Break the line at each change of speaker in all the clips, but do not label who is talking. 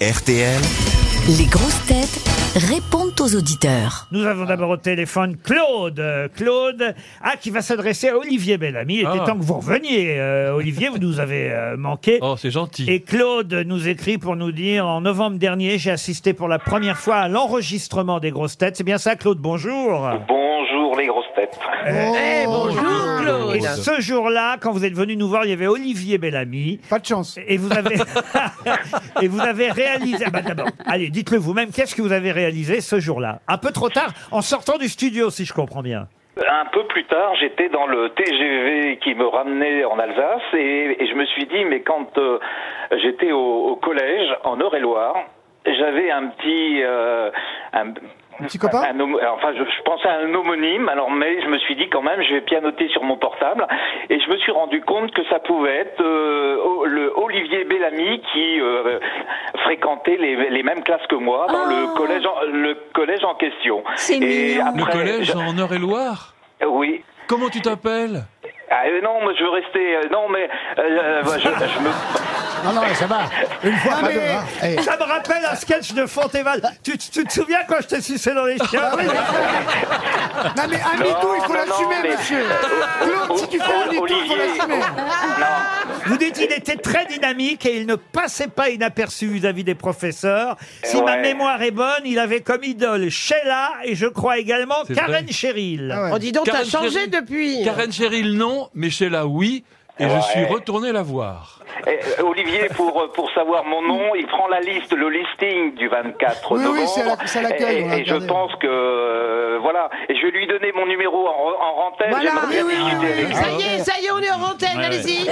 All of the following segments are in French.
RTL.
Les grosses têtes répondent aux auditeurs.
Nous
Ah.
avons d'abord au téléphone Claude. Euh, Claude, ah, qui va s'adresser à Olivier Bellamy. Il était
Ah.
temps que vous reveniez, euh, Olivier, vous nous avez euh, manqué.
Oh, c'est gentil.
Et Claude nous écrit pour nous dire, en novembre dernier, j'ai assisté pour la première fois à l'enregistrement des grosses têtes. C'est bien ça, Claude, bonjour.
Bonjour les grosses têtes.
bonjour,
Claude.
Et ce jour-là, quand vous êtes venu nous voir, il y avait Olivier Bellamy.
Pas de chance.
Et vous avez, et vous avez réalisé. Ah bah d'abord, allez, dites-le vous-même, qu'est-ce que vous avez réalisé ce jour-là Un peu trop tard, en sortant du studio, si je comprends bien.
Un peu plus tard, j'étais dans le TGV qui me ramenait en Alsace et, et je me suis dit, mais quand euh, j'étais au, au collège en Eure-et-Loire, j'avais un petit... euh, un,
petit copain
un homo- Enfin, je, je pensais à un homonyme, alors mais je me suis dit quand même, je vais pianoter sur mon portable et je me suis rendu compte que ça pouvait être euh, o- le Olivier Bellamy qui euh, fréquentait les, les mêmes classes que moi dans le collège en, le collège en question.
Ah. C'est
Et
mignon.
Le
après,
collège
je-
en Eure-et-Loire
oui.
Comment tu t'appelles
Ah, euh, non, mais je veux rester. euh, non, mais euh, euh, je, je me.
Non, non, ça va. Une fois, pas deux. hein. Eh.
Ça me rappelle un sketch de Fontéval. Tu, te- tu te souviens quand je t'ai sucé dans les chiens
Non, mais un mytho, il faut
Ah,
non,
l'assumer,
non, mais-
monsieur.
Oh,
Claude, si tu fais un
oh,
mytho, il faut
Olivier.
l'assumer.
Vous dites il était très dynamique et il ne passait pas inaperçu vis-à-vis des professeurs.
Eh
Si ma
Ouais.
mémoire est bonne, il avait comme idole Sheila et je crois également
C'est
Karen
vrai.
Cheryl.
Ah ouais.
Oh, dis donc, t'as
Karen
changé
Cheryl.
depuis.
Karen Cheryl, non, mais Sheila, oui. Et je
Ouais.
suis retourné la voir.
Eh, Olivier, pour, euh, pour savoir mon nom, il prend la liste, le listing du 24
Oui, oui,
novembre.
c'est à la- c'est à l'accueil,
Et-
on
Et,
l'a
et je
regardé.
pense que. euh, voilà. Et je vais lui donner mon numéro en, re- en rentaine.
Voilà,
J'aimerais bien
oui, oui,
discuter avec lui.
Ça y est, ça y est, on est en antenne, allez-y.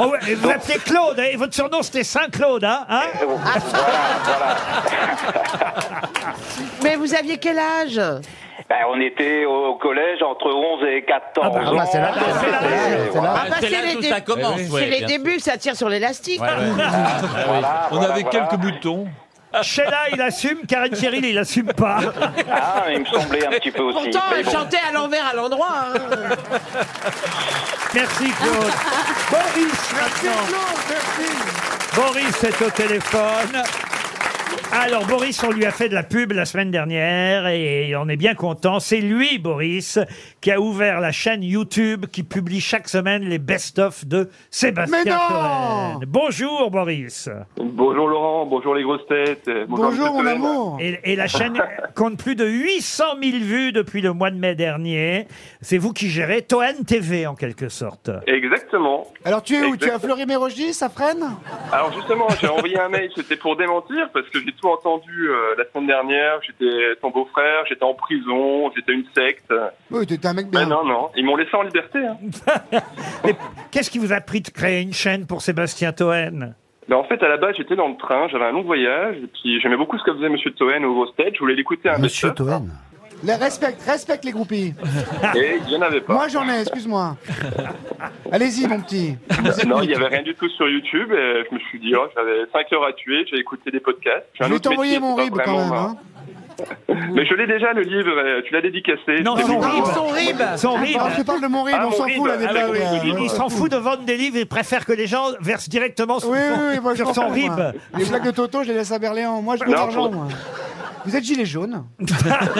Oh ouais, et vous appelez Claude hein, et votre surnom c'était Saint Claude, hein, hein
Ah.
Mais vous aviez quel âge
Ah
Ben, on était au collège entre 11 et 14
bah, ah
ans.
bah, c'est là,
Et
c'est là, c'est
voilà.
Ah bah,
c'est là
les
tout
dé-
ça
Eh
commence.
c'est
ouais,
les
bien
débuts, ça tire sur l'élastique.
Voilà,
On
voilà,
avait
voilà.
quelques boutons.
Sheila, il assume, Karen Cheryl, il assume pas.
Ah, il me semblait un petit peu aussi.
Pourtant,
mais
elle
bon.
chantait à l'envers, à l'endroit. hein.
Merci Claude. Boris maintenant. Boris est au téléphone. Alors Boris, on lui a fait de la pub la semaine dernière et on est bien content. C'est lui, Boris, qui a ouvert la chaîne YouTube qui publie chaque semaine les best-of de Sébastien
Mais non
Toen. Bonjour Boris.
Bonjour Laurent, bonjour les grosses têtes. euh,
Bonjour, mon
Monsieur Toen.
amour.
Et, et la chaîne compte plus de 800 000 vues depuis le mois de mai dernier. C'est vous qui gérez Toen TV en quelque sorte.
Exactement.
Alors, tu es où Tu es à
Exactement.
Fleury-Mérogis, ça freine
Alors justement, j'ai envoyé un mail, c'était pour démentir, parce que j'ai tout entendu euh, la semaine dernière. J'étais ton beau-frère, j'étais en prison, j'étais une secte.
Oui, t'es un mec
Mais
bien.
Ben non, non, ils m'ont laissé en liberté. Hein.
Mais Qu'est-ce qui vous a pris de créer une chaîne pour Sébastien Toen
Mais Ben, en fait, à la base, j'étais dans le train, j'avais un long voyage, et puis j'aimais beaucoup ce que faisait Monsieur Toen au grosses têtes. Je voulais l'écouter un peu.
Toen.
Les respecte, respecte les groupies.
Et il n'y en avait pas.
Moi, j'en ai, excuse-moi. Allez-y, mon petit.
Euh, non, il n'y avait rien du tout sur YouTube. Et je me suis dit, oh, j'avais 5 heures à tuer, j'ai écouté des podcasts. J'ai
Je
un
vais
autre
t'envoyer
métier,
mon
c'est pas
rib quand même.
vraiment ma-
hein.
Mais je l'ai déjà le livre, euh, tu l'as dédicacé.
Non,
Je l'ai
son
mis-
rib.
Son rib.
Son rib.
Alors, je te parle de mon rib,
Ah,
on
mon
s'en
rib.
fout là des
Ah,
blagues.
oui, oui, oui,
euh,
oui,
Il
ouais.
s'en fout de vendre des livres, il préfère que les gens versent directement sur
Oui, oui,
son,
oui, moi, je
sur
m'en
son
fous,
rib.
moi. Les blagues de Toto, je les laisse à Berléand. Moi, je veux
Non,
l'argent,
faut-
moi. Vous êtes gilet jaune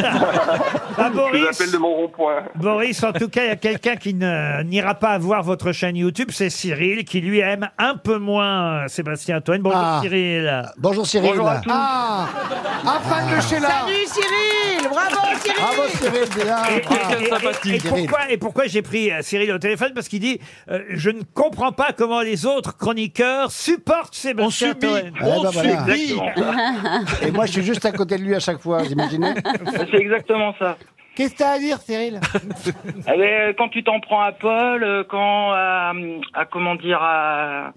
Ah,
Je
Boris,
l'appelle de mon rond-point.
Boris, en tout cas, il y a quelqu'un qui ne- n'ira pas voir votre chaîne YouTube, c'est Cyril, qui lui aime un peu moins euh, Sébastien Toen. Bonjour
Ah.
Cyril.
Bonjour Cyril.
Bonjour à tous.
Ah Un fan de Sheila
Salut Cyril, bravo Cyril.
Bravo Cyril. déjà.
Et,
Ah.
et- et-
sympathique,
et pourquoi, et pourquoi j'ai pris euh, Cyril au téléphone Parce qu'il dit euh, Je ne comprends pas comment les autres chroniqueurs supportent
On
Sébastien
subit.
Toen.
bah,
Eh ben
On
voilà.
subit.
Et moi, je suis juste à côté de lui à chaque fois, vous imaginez
Ah, C'est exactement ça. Eh ben,
Qu'est-ce que t'as à dire, Cyril
quand tu t'en prends à Paul, euh, quand euh, à, comment dire à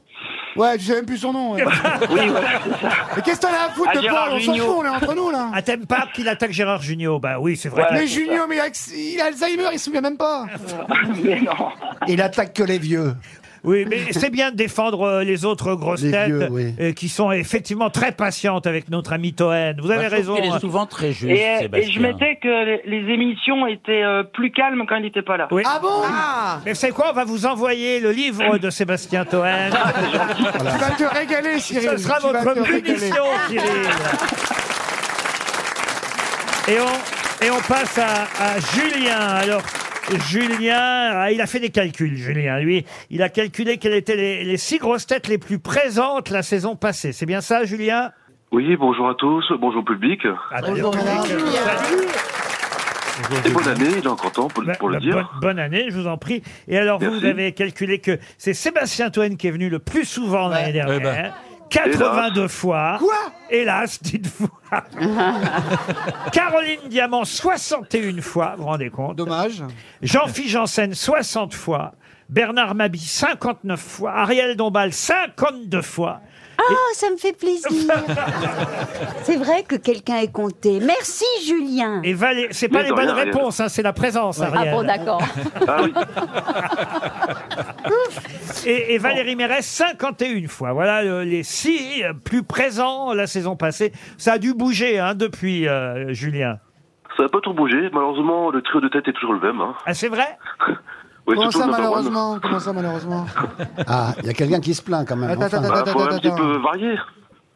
Ouais, je sais même plus son nom. ouais. Mais qu'est-ce que t'en as à foutre
À
de
Gérard
Paul On s'en
Jugnot.
fout, on est entre nous, là
Ah, t'aimes pas qu'il attaque Gérard Junior Bah oui, c'est vrai.
Ouais.
mais
c'est
Junio, mais il a- il a Alzheimer, il se souvient même pas.
mais non.
Il attaque que les vieux.
Oui, mais c'est bien de défendre euh, les autres grosses
Les
têtes
vieux, oui.
euh, qui sont effectivement très patientes avec notre ami Toen. Vous avez
Moi, Bah, je
raison. hein.
trouve qu'il est souvent très juste,
Et, euh, et je mettais que les, les émissions étaient euh, plus calmes quand il n'était pas là.
Oui. Ah bon Mais c'est quoi On va vous envoyer le livre de Sébastien Toen.
Tu vas te régaler, Cyril.
Ce sera
Tu vas
votre
te régaler.
punition, Cyril. Et on, et on passe à, à Julien. Alors, Julien, ah, il a fait des calculs, Julien, lui. Il a calculé quelles étaient les, les six grosses têtes les plus présentes la saison passée. C'est bien ça, Julien Ah, bah,
Oui, bonjour à tous, bonjour public.
Bonjour,
Et bonne année, il est encore temps pour, pour le
Bah,
dire.
bonne, bonne année, je vous en prie. Et alors, vous, vous
Merci.
avez calculé que c'est Sébastien Toen qui est venu le plus souvent l'année dernière.
Eh ben.
82 fois. Quoi Hélas, dites-vous. Caroline Diamant, 61 fois, vous vous rendez compte. Dommage. Jean-Philippe Janssen, 60 fois. Bernard Mabi, 59 fois. Ariel Dombal, 52 fois.
Oh, ça me fait plaisir. c'est vrai que quelqu'un est compté. Merci, Julien.
Et Valé- c'est pas
Mais
les
de
bonnes
rien, Ariel.
réponses, hein, c'est la présence,
Ah
Ariel.
bon, d'accord.
bah,
Ah
Et, et Valérie Mérès, 51 fois. Voilà euh, les six euh, plus présents la saison passée. Ça a dû bouger hein, depuis, euh, Julien.
Ça n'a pas trop bougé, malheureusement, le trio de tête est toujours le même. hein.
Ah, c'est vrai
Oui,
Comment
surtout
ça,
le number one.
malheureusement Comment ça, malheureusement
Ah, il y a quelqu'un qui se plaint quand même.
Attends,
enfin.
attends, attends,
Bah, faut un petit peu varier.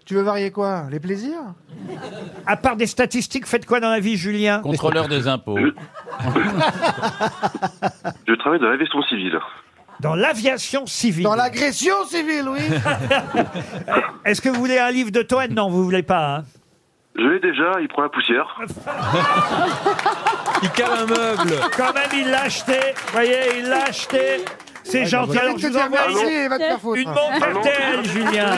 Tu veux varier quoi Les plaisirs
À part des statistiques, faites quoi dans la vie, Julien
Contrôleur des impôts.
Je travaille dans l'aviation civile.
Dans l'aviation civile.
Dans l'agression civile, oui.
Est-ce que vous voulez un livre de Toen Non, vous voulez pas. hein.
Je l'ai déjà, il prend la poussière.
Il cale un meuble.
Quand même, il l'a acheté. Vous voyez, il l'a acheté. C'est
Ouais,
gentil.
bah,
Alors,
je
je
vais
vous
te dire
envoie
merci
une-
et va te faire foutre.
une montre
Allô
RTL, Julien.